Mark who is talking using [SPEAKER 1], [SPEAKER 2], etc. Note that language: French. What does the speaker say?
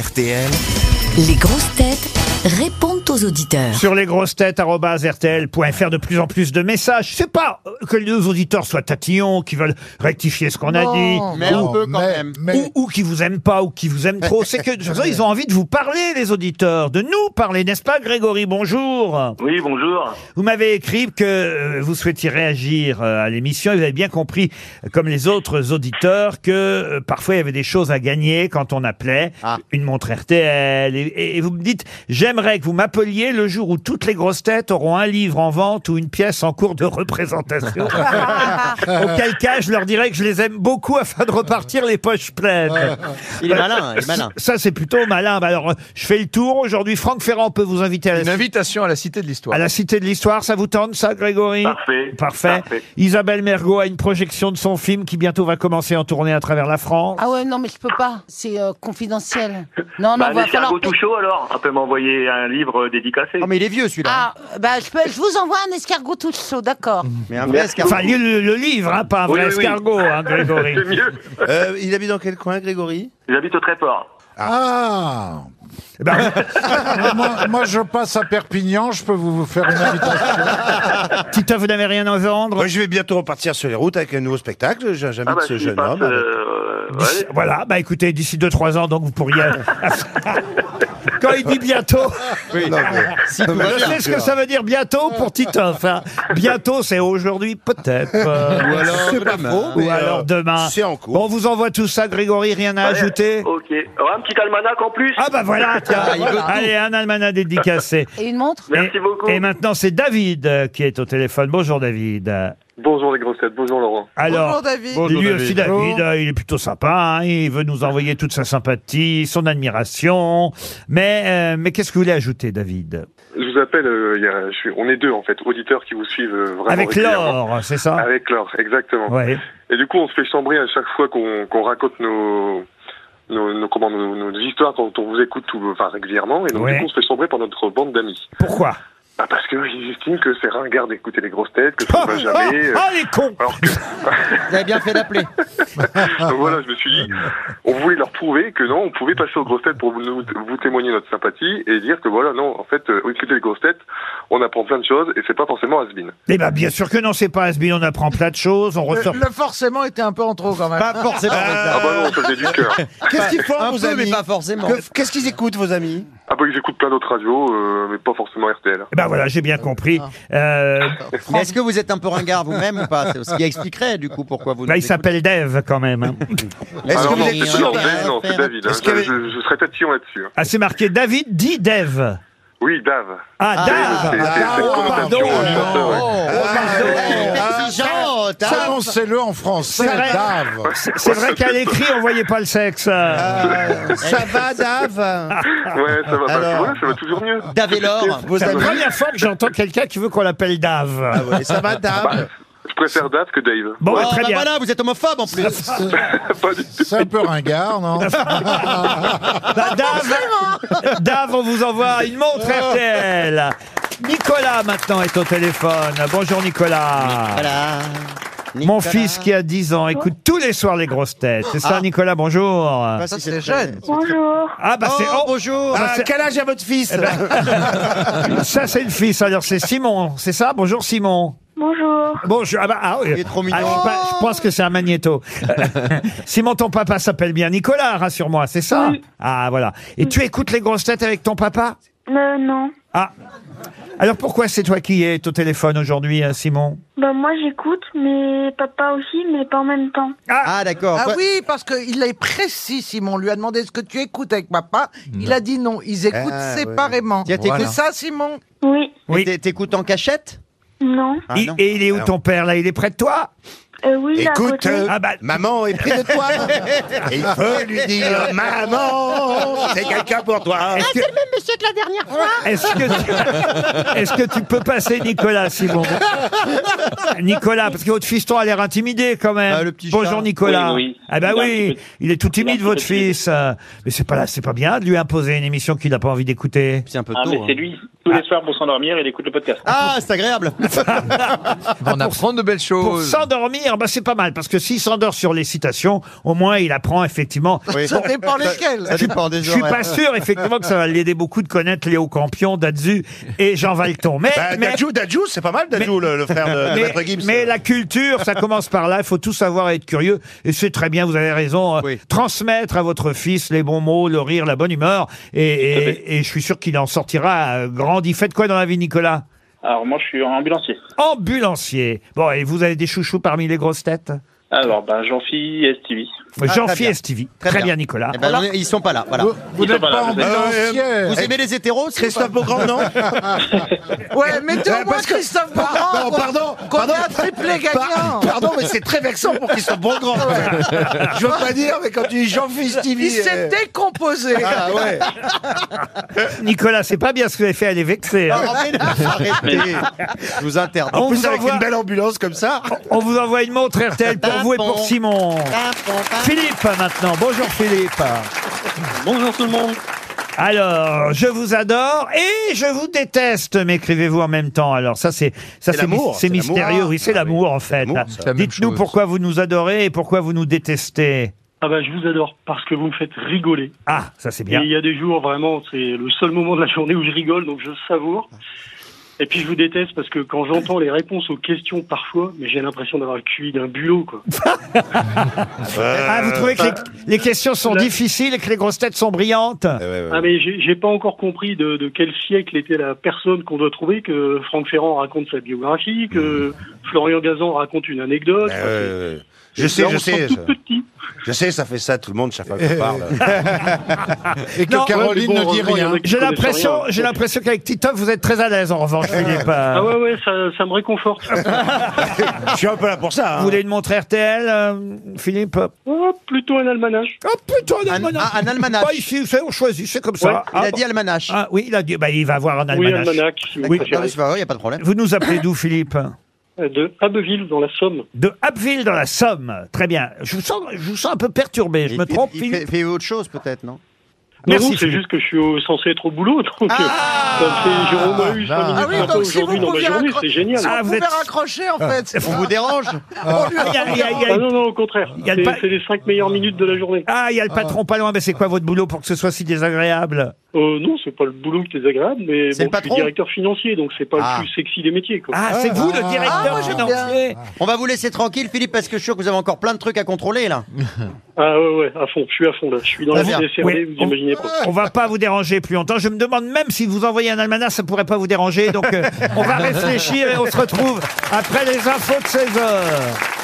[SPEAKER 1] RTL.
[SPEAKER 2] Les grosses têtes répondent aux auditeurs.
[SPEAKER 3] Sur lesgrossetêtes.rtl.fr, de plus en plus de messages. C'est pas euh, que nos auditeurs soient tatillons, qui veulent rectifier ce qu'on a dit,
[SPEAKER 4] Oh,
[SPEAKER 5] Mais
[SPEAKER 3] ou,
[SPEAKER 5] un peu quand
[SPEAKER 6] mais-
[SPEAKER 5] même.
[SPEAKER 6] mais-
[SPEAKER 3] ou- ou qui vous aiment pas, ou qui vous aiment trop. C'est que, de toute façon, ils ont envie de vous parler, les auditeurs, de nous parler, n'est-ce pas, Grégory Bonjour.
[SPEAKER 7] Oui, bonjour.
[SPEAKER 3] Vous m'avez écrit que euh, vous souhaitiez réagir euh, à l'émission. Vous avez bien compris, euh, comme les autres auditeurs, que euh, parfois il y avait des choses à gagner quand on appelait.
[SPEAKER 5] Ah.
[SPEAKER 3] Une montre RTL. Et, et- et vous me dites, j'aimerais que vous m'appeliez le jour où toutes les grosses têtes auront un livre en vente ou une pièce en cours de représentation. Auquel cas, je leur dirais que je les aime beaucoup afin de repartir les poches pleines.
[SPEAKER 5] Il est malin, il est malin.
[SPEAKER 3] Ça, c'est plutôt malin. Bah Alors, euh, je fais le tour. Aujourd'hui, Franck Ferrand peut vous inviter à la
[SPEAKER 6] Une invitation à la Cité de l'Histoire.
[SPEAKER 3] à la Cité de l'Histoire, ça vous tente ça, Grégory
[SPEAKER 7] Parfait.
[SPEAKER 3] Parfait.
[SPEAKER 7] Parfait.
[SPEAKER 3] Isabelle Mergot a une projection de son film qui bientôt va commencer en tournée à travers la France.
[SPEAKER 8] Ah ouais, non, mais je peux pas. C'est euh, confidentiel. Non, non,
[SPEAKER 7] bah,
[SPEAKER 8] va
[SPEAKER 7] les
[SPEAKER 8] falloir.
[SPEAKER 7] cerveaux tout chauds, alors. On peut m'envoyer un livre euh, dédicacé.
[SPEAKER 5] Non, mais il est vieux celui-là.
[SPEAKER 8] Ah, bah, je, peux, je vous envoie un escargot tout chaud, d'accord.
[SPEAKER 5] Mais un vrai escargot.
[SPEAKER 3] Enfin, lis le, le livre, hein, pas un
[SPEAKER 7] Oui,
[SPEAKER 3] vrai
[SPEAKER 7] oui, oui.
[SPEAKER 3] escargot, hein, Grégory.
[SPEAKER 7] C'est mieux.
[SPEAKER 9] Euh, il habite dans quel coin, Grégory
[SPEAKER 7] J'habite au Tréport.
[SPEAKER 6] Ah
[SPEAKER 3] Eh ben,
[SPEAKER 6] moi, moi, je passe à Perpignan, je peux vous vous faire une invitation.
[SPEAKER 3] Tito, vous n'avez rien à vendre
[SPEAKER 9] Moi, je vais bientôt repartir sur les routes avec un nouveau spectacle. J'invite
[SPEAKER 7] Ah, bah,
[SPEAKER 9] ce
[SPEAKER 7] si
[SPEAKER 9] jeune
[SPEAKER 7] passe,
[SPEAKER 9] homme. avec-
[SPEAKER 7] euh, ouais.
[SPEAKER 3] Voilà, bah écoutez, d'ici 2-3 ans, donc vous pourriez... Quand il dit bientôt,
[SPEAKER 9] Non, mais-
[SPEAKER 3] je sais ce que ça veut dire bientôt pour Titoff. hein. Bientôt, c'est aujourd'hui, peut-être. euh,
[SPEAKER 9] Ou alors,
[SPEAKER 6] C'est pas
[SPEAKER 9] demain,
[SPEAKER 6] faux,
[SPEAKER 3] ou
[SPEAKER 9] mais,
[SPEAKER 3] alors
[SPEAKER 9] euh,
[SPEAKER 3] demain.
[SPEAKER 9] C'est en
[SPEAKER 3] Bon, on
[SPEAKER 9] cours.
[SPEAKER 3] vous envoie tout ça, Grégory, rien à
[SPEAKER 7] Ouais,
[SPEAKER 3] ajouter
[SPEAKER 7] Ok. Oh, un petit almanach en plus.
[SPEAKER 3] Ah bah voilà, tiens, allez, un almanach dédicacé.
[SPEAKER 8] Et une montre
[SPEAKER 7] Merci
[SPEAKER 3] et,
[SPEAKER 7] beaucoup.
[SPEAKER 3] Et maintenant, c'est David euh, qui est au téléphone. Bonjour David.
[SPEAKER 7] Bonjour les grossettes, bonjour Laurent.
[SPEAKER 3] Alors,
[SPEAKER 5] Bonjour, David.
[SPEAKER 3] lui
[SPEAKER 6] Bonjour,
[SPEAKER 3] aussi,
[SPEAKER 6] David.
[SPEAKER 3] David, euh, il est plutôt sympa. hein, il veut nous envoyer toute sa sympathie, son admiration. Mais, euh, mais qu'est-ce que vous voulez ajouter, David
[SPEAKER 10] Je vous appelle, euh, il y a- je suis, on est deux en fait, auditeurs qui vous suivent euh, vraiment.
[SPEAKER 3] Avec
[SPEAKER 10] régulièrement.
[SPEAKER 3] l'or, c'est ça
[SPEAKER 10] Avec l'or, exactement.
[SPEAKER 3] Ouais.
[SPEAKER 10] Et du coup, on se fait chambrer à chaque fois qu'on qu'on raconte nos, nos, nos- comment, nos, nos histoires quand on vous écoute tout, enfin, régulièrement. Et donc,
[SPEAKER 3] Ouais.
[SPEAKER 10] du coup, on se fait chambrer par notre bande d'amis.
[SPEAKER 3] Pourquoi
[SPEAKER 10] Ah, parce qu'ils estiment que c'est ringard d'écouter les grosses têtes, que ça
[SPEAKER 3] Ah
[SPEAKER 10] ne va jamais. euh,
[SPEAKER 3] ah, les cons
[SPEAKER 10] alors que,
[SPEAKER 5] Vous avez bien fait d'appeler.
[SPEAKER 10] donc voilà, je me suis dit, on voulait leur prouver que non, on pouvait passer aux grosses têtes pour vous, nous- vous témoigner notre sympathie et dire que voilà, non, en fait, euh, écouter les grosses têtes, on apprend plein de choses et c'est pas forcément has
[SPEAKER 3] Eh ben, bien sûr que non, c'est pas Asbin. On apprend plein de choses. On ressort.
[SPEAKER 6] Euh,
[SPEAKER 3] Euh,
[SPEAKER 6] Le, le forcément était un peu en trop quand même.
[SPEAKER 5] Pas forcément.
[SPEAKER 10] Ah bah non, ça faisait du cœur.
[SPEAKER 9] Qu'est-ce qu'ils font,
[SPEAKER 5] un
[SPEAKER 9] vos
[SPEAKER 5] peu,
[SPEAKER 9] amis
[SPEAKER 5] mais pas forcément.
[SPEAKER 9] Que- Qu'est-ce qu'ils écoutent, vos amis
[SPEAKER 10] Ah bah ils écoutent plein d'autres radios, euh, mais pas forcément RTL.
[SPEAKER 3] Eh ben voilà, j'ai bien compris. Euh,
[SPEAKER 5] Mais est-ce que vous êtes un peu ringard vous-même ou pas C'est Ce qui expliquerait du coup pourquoi vous.
[SPEAKER 3] bah,
[SPEAKER 5] nous
[SPEAKER 3] il s'appelle Dave quand même. hein.
[SPEAKER 9] Est-ce
[SPEAKER 10] Ah
[SPEAKER 9] que
[SPEAKER 10] non,
[SPEAKER 9] vous
[SPEAKER 10] non,
[SPEAKER 9] êtes
[SPEAKER 10] c'est
[SPEAKER 9] sûr
[SPEAKER 10] pas Dave, non, c'est David. hein.
[SPEAKER 9] Est-ce qu'il y
[SPEAKER 10] Je,
[SPEAKER 9] avait-
[SPEAKER 10] je- je serais tatillon là-dessus. hein.
[SPEAKER 3] Ah, c'est marqué David dit Dave.
[SPEAKER 10] Oui, Dave.
[SPEAKER 3] Ah,
[SPEAKER 10] C'est-
[SPEAKER 3] Dave
[SPEAKER 10] c'est- c'est- c'est une
[SPEAKER 6] ah,
[SPEAKER 10] connotation,
[SPEAKER 3] pardon,
[SPEAKER 10] euh,
[SPEAKER 7] hein.
[SPEAKER 10] chanteur, ouais.
[SPEAKER 6] oh,
[SPEAKER 5] exigeante. Oh, hein.
[SPEAKER 6] Annoncez-le en français,
[SPEAKER 3] C'est vrai.
[SPEAKER 6] Dave.
[SPEAKER 3] C'est vrai qu'à l'écrit, on voyait pas le sexe.
[SPEAKER 9] Euh, Ça va, Dave
[SPEAKER 10] Ouais, ça va. bah,
[SPEAKER 9] Alors-
[SPEAKER 10] voilà, ça va toujours mieux.
[SPEAKER 5] Dave et Laure, vos
[SPEAKER 3] C'est la
[SPEAKER 5] amis.
[SPEAKER 3] première fois que j'entends quelqu'un qui veut qu'on l'appelle Dave.
[SPEAKER 9] Ah Ouais, Ça va,
[SPEAKER 7] Bah,
[SPEAKER 9] Dave
[SPEAKER 10] Je préfère Dave que Dave.
[SPEAKER 3] Bon,
[SPEAKER 5] Oh,
[SPEAKER 3] très
[SPEAKER 5] bah
[SPEAKER 3] bien.
[SPEAKER 5] voilà, vous êtes homophobe en plus.
[SPEAKER 10] Pas du tout.
[SPEAKER 6] C'est un peu ringard, non
[SPEAKER 3] Bah, Dave, Dave, on vous envoie une montre RTL. Nicolas, maintenant, est au téléphone. Bonjour, Nicolas.
[SPEAKER 5] Voilà.
[SPEAKER 3] Mon
[SPEAKER 5] Nicolas.
[SPEAKER 3] fils qui a 10 ans écoute tous les soirs les grosses têtes. C'est ça,
[SPEAKER 5] Ah.
[SPEAKER 3] Nicolas, bonjour.
[SPEAKER 5] Ah,
[SPEAKER 3] Ah,
[SPEAKER 5] ça, c'est jeune.
[SPEAKER 11] Bonjour.
[SPEAKER 3] bah c'est...
[SPEAKER 5] Oh,
[SPEAKER 3] oh,
[SPEAKER 5] bonjour.
[SPEAKER 3] ça,
[SPEAKER 9] Ah,
[SPEAKER 3] c'est- Eh ben.
[SPEAKER 9] Quel âge a votre fils
[SPEAKER 3] ça, c'est le fils. Alors, c'est Simon, c'est ça Bonjour, Simon.
[SPEAKER 11] Bonjour.
[SPEAKER 3] Bonjour. Ah bah, ah, oui.
[SPEAKER 5] Il est trop mignon.
[SPEAKER 3] Ah, je, sais pas, je pense que c'est un magnéto. Simon, ton papa s'appelle bien Nicolas, rassure-moi, c'est ça Ah, voilà. Et tu écoutes les grosses têtes avec ton papa
[SPEAKER 11] Euh, non.
[SPEAKER 3] Ah. Alors pourquoi c'est toi qui es au téléphone aujourd'hui, hein, Simon
[SPEAKER 11] Bah, moi, j'écoute, mais papa aussi, mais pas en même temps.
[SPEAKER 5] Ah, d'accord.
[SPEAKER 4] Ah
[SPEAKER 5] Quoi-
[SPEAKER 4] oui, parce qu'il est précis, Simon. On lui a demandé est-ce que tu écoutes avec papa. Il a dit non. Ils écoutent
[SPEAKER 9] Ah,
[SPEAKER 4] séparément.
[SPEAKER 5] ouais. Voilà.
[SPEAKER 4] C'est ça, Simon
[SPEAKER 11] Oui.
[SPEAKER 3] Oui.
[SPEAKER 5] T'é- T'écoutes en cachette
[SPEAKER 11] Non.
[SPEAKER 5] Ah,
[SPEAKER 3] Il-
[SPEAKER 5] non.
[SPEAKER 3] Et il est où ton père là Il est près de toi
[SPEAKER 11] Euh, oui, là, à
[SPEAKER 9] Écoute,
[SPEAKER 11] côté.
[SPEAKER 9] euh,
[SPEAKER 3] Ah bah- euh,
[SPEAKER 9] maman est prise de toi. Et il faut lui dire, maman, c'est quelqu'un pour toi.
[SPEAKER 3] Est-ce que-
[SPEAKER 8] Eh, Monsieur de la dernière fois.
[SPEAKER 3] Est-ce que, tu... est-ce que tu peux passer Nicolas, Simon Nicolas, parce que votre fiston a l'air intimidé quand même.
[SPEAKER 5] Bah, le petit
[SPEAKER 3] Bonjour
[SPEAKER 5] chat.
[SPEAKER 3] Nicolas.
[SPEAKER 7] Oui, oui.
[SPEAKER 3] Ah bah
[SPEAKER 7] Il est un
[SPEAKER 3] oui,
[SPEAKER 7] petit peu-
[SPEAKER 3] il est tout timide
[SPEAKER 7] Il est un
[SPEAKER 3] votre
[SPEAKER 7] petit peu timide.
[SPEAKER 3] fils. euh, Mais c'est pas là, c'est pas bien de lui imposer une émission qu'il n'a pas envie d'écouter.
[SPEAKER 5] C'est un peu
[SPEAKER 7] Ah, mais
[SPEAKER 5] tôt.
[SPEAKER 7] c'est
[SPEAKER 5] hein.
[SPEAKER 7] lui. Tous les soirs pour s'endormir, il écoute le podcast.
[SPEAKER 5] Ah, c'est agréable.
[SPEAKER 6] On apprend de belles
[SPEAKER 3] Pour
[SPEAKER 6] choses.
[SPEAKER 3] s'endormir, s'endormir, bah, c'est pas mal, parce que s'il s'endort sur les citations, au moins il apprend effectivement.
[SPEAKER 4] Oui. Ça dépend lesquelles.
[SPEAKER 3] Je suis-
[SPEAKER 4] Ça dépend des
[SPEAKER 3] Je suis pas
[SPEAKER 4] horaires.
[SPEAKER 3] sûr, effectivement, que ça va l'aider beaucoup de connaître Léo Campion, Dadju et Jean Valton. Mais,
[SPEAKER 9] Bah, Dadju, c'est pas mal, Dadju, le- le frère de- de
[SPEAKER 3] mais-
[SPEAKER 9] Ah, Maître Gims.
[SPEAKER 3] Mais la culture, ça commence par là. Il faut tout savoir et être curieux. Et c'est très bien, vous avez raison. euh, Transmettre à votre fils les bons mots, le rire, la bonne humeur. Et, et- et je suis sûr qu'il en sortira euh, grandi. Faites quoi dans la vie, Nicolas
[SPEAKER 1] Alors moi je suis ambulancier.
[SPEAKER 3] Ambulancier. Bon, et vous avez des chouchous parmi les grosses têtes
[SPEAKER 1] Alors ben Jean-Phi et Stevie.
[SPEAKER 3] Jean-Phi et Stevie. Très, bien. Nicolas.
[SPEAKER 1] Eh ben, Voilà. on est- ils sont pas là, voilà. Vous- vous
[SPEAKER 5] Vous n'êtes pas ambulancier.
[SPEAKER 1] Euh,
[SPEAKER 5] Vous aimez les hétéros c'est pas-
[SPEAKER 9] Christophe Beaugrand, non Euh,
[SPEAKER 4] Ouais, mettez au moins
[SPEAKER 9] parce que-
[SPEAKER 4] Christophe Beaugrand.
[SPEAKER 9] Non, pardon,
[SPEAKER 4] Qu'on ait
[SPEAKER 9] pardon.
[SPEAKER 4] un triplé gagnant.
[SPEAKER 9] Par- pardon, mais c'est très vexant pour Christophe Beaugrand. Je veux pas dire, mais quand tu dis Jean-Fils Stevie.
[SPEAKER 4] Il s'est
[SPEAKER 9] euh,
[SPEAKER 4] décomposé.
[SPEAKER 9] Ah ouais.
[SPEAKER 3] Nicolas, c'est pas bien ce que vous avez fait, elle est vexée. hein.
[SPEAKER 5] Arrêtez. Ah Je vous
[SPEAKER 1] Ah,
[SPEAKER 5] interdis.
[SPEAKER 3] On vous envoie-
[SPEAKER 9] ambulance comme ça.
[SPEAKER 3] On vous envoie une montre RTL pour vous et pour Simon. Philippe maintenant. Bonjour Philippe.
[SPEAKER 1] Bonjour tout le monde.
[SPEAKER 3] Alors, je vous adore et je vous déteste, m'écrivez-vous en même temps. Alors ça c'est
[SPEAKER 9] C'est
[SPEAKER 3] ça c'est
[SPEAKER 9] l'amour,
[SPEAKER 3] mys- c'est
[SPEAKER 9] c'est l'amour.
[SPEAKER 3] mystérieux, oui, c'est l'amour en fait.
[SPEAKER 6] la même
[SPEAKER 3] Dites-nous
[SPEAKER 6] chose.
[SPEAKER 3] pourquoi vous nous adorez et pourquoi vous nous détestez.
[SPEAKER 1] Ah bah je vous adore parce que vous me faites rigoler.
[SPEAKER 3] Ah, ça c'est
[SPEAKER 1] Et
[SPEAKER 3] bien.
[SPEAKER 1] il y a des jours vraiment c'est le seul moment de la journée où je rigole donc je savoure. Et puis je vous déteste parce que quand j'entends les réponses aux questions parfois, mais j'ai l'impression d'avoir le QI d'un bulot quoi.
[SPEAKER 3] Ah, vous trouvez que les, les questions sont difficiles et que les grosses têtes sont brillantes
[SPEAKER 9] Euh,
[SPEAKER 5] Euh.
[SPEAKER 1] Ah mais j'ai j'ai pas encore compris de, de quel siècle était la personne qu'on doit trouver que Franck Ferrand raconte sa biographie, que
[SPEAKER 5] Hmm.
[SPEAKER 1] Florian Gazan raconte une anecdote.
[SPEAKER 9] Ah ouais,
[SPEAKER 5] Euh,
[SPEAKER 9] ouais, ouais. Je sais,
[SPEAKER 1] Là, on
[SPEAKER 9] je
[SPEAKER 1] se
[SPEAKER 9] sais.
[SPEAKER 1] sent
[SPEAKER 9] ça.
[SPEAKER 1] tout petit.
[SPEAKER 9] Je sais, ça fait ça tout le monde chaque fois qu'on parle.
[SPEAKER 6] Et que
[SPEAKER 3] Non,
[SPEAKER 6] Caroline
[SPEAKER 1] ouais, mais bon,
[SPEAKER 6] ne dit
[SPEAKER 1] heureusement, il y en
[SPEAKER 6] rien.
[SPEAKER 1] a qui
[SPEAKER 3] J'ai
[SPEAKER 1] connaissent
[SPEAKER 3] l'impression,
[SPEAKER 1] rien.
[SPEAKER 3] j'ai l'impression qu'avec Titoff vous êtes très à l'aise en revanche, Philippe. Euh,
[SPEAKER 1] Ah ouais ouais, ça, ça me réconforte.
[SPEAKER 9] Je suis un peu là pour ça.
[SPEAKER 3] Vous
[SPEAKER 9] hein.
[SPEAKER 3] voulez une montre RTL, euh, Philippe
[SPEAKER 1] Oh, plutôt un almanach.
[SPEAKER 3] Ah putain, un almanach
[SPEAKER 5] un- un almanach.
[SPEAKER 3] Pas ici, vous savez, on choisit, c'est comme
[SPEAKER 1] Ouais,
[SPEAKER 3] ça.
[SPEAKER 5] Il
[SPEAKER 3] Ah,
[SPEAKER 5] a dit almanach.
[SPEAKER 3] ah, oui, il a dit, bah, il va avoir un
[SPEAKER 1] Oui,
[SPEAKER 3] almanach.
[SPEAKER 1] almanach. si vous
[SPEAKER 3] Oui.
[SPEAKER 5] Non, mais
[SPEAKER 1] préférez. Euh,
[SPEAKER 5] c'est pas vrai, il n'y a pas de problème.
[SPEAKER 3] Vous nous appelez d'où, Philippe
[SPEAKER 1] De Abbeville dans la Somme.
[SPEAKER 3] De Abbeville dans la Somme. Très bien. Je vous sens, je vous sens un peu perturbé, je
[SPEAKER 5] Il-
[SPEAKER 3] me
[SPEAKER 5] il-
[SPEAKER 3] trompe,
[SPEAKER 5] il
[SPEAKER 3] Philippe
[SPEAKER 5] fait- fait autre chose peut-être, non
[SPEAKER 1] Non,
[SPEAKER 3] Merci,
[SPEAKER 1] non, c'est
[SPEAKER 3] Philippe.
[SPEAKER 1] juste que je suis au- censé être au boulot, donc ah, comme c'est Jérôme Mahut, cinq
[SPEAKER 6] Ah,
[SPEAKER 1] minutes
[SPEAKER 4] Ah oui,
[SPEAKER 1] sympa
[SPEAKER 4] donc si vous
[SPEAKER 1] aujourd'hui dans ma
[SPEAKER 4] pouviez,
[SPEAKER 1] journée,
[SPEAKER 4] raccro-
[SPEAKER 1] c'est génial.
[SPEAKER 4] si vous
[SPEAKER 3] Ah, vous
[SPEAKER 4] pouvez
[SPEAKER 3] êtes-
[SPEAKER 4] raccrocher, en fait.
[SPEAKER 5] On vous dérange
[SPEAKER 4] On lui-
[SPEAKER 3] Il y a- il y a- il y a-
[SPEAKER 1] Ah non, non, au contraire.
[SPEAKER 3] Il y a le
[SPEAKER 1] C'est
[SPEAKER 3] pa-
[SPEAKER 1] c'est les cinq meilleures minutes de la journée.
[SPEAKER 3] Ah, il y a le patron pas loin, mais c'est quoi votre boulot pour que ce soit si désagréable
[SPEAKER 1] Euh, non, c'est pas le boulot qui est désagréable,
[SPEAKER 5] C'est le
[SPEAKER 1] mais bon, je suis
[SPEAKER 5] patron
[SPEAKER 1] directeur financier, donc c'est pas
[SPEAKER 5] Ah.
[SPEAKER 1] le plus sexy des métiers. Quoi.
[SPEAKER 3] Ah, c'est vous le
[SPEAKER 6] ah,
[SPEAKER 4] ah,
[SPEAKER 3] directeur
[SPEAKER 4] moi, j'aime bien.
[SPEAKER 3] financier
[SPEAKER 5] On va vous laisser tranquille, Philippe, parce que je suis sûr que vous avez encore plein de trucs à contrôler là.
[SPEAKER 1] Ah ouais, ouais, à fond, je suis à fond là. Je suis dans
[SPEAKER 5] Ah,
[SPEAKER 1] la
[SPEAKER 5] bien.
[SPEAKER 1] vie
[SPEAKER 3] Oui,
[SPEAKER 1] décernée, vous
[SPEAKER 3] on-
[SPEAKER 1] imaginez pas.
[SPEAKER 3] On va pas vous déranger plus longtemps. Je me demande même si vous envoyez un almanach, ça pourrait pas vous déranger. Donc, euh, on va réfléchir et on se retrouve après les infos de 16 heures.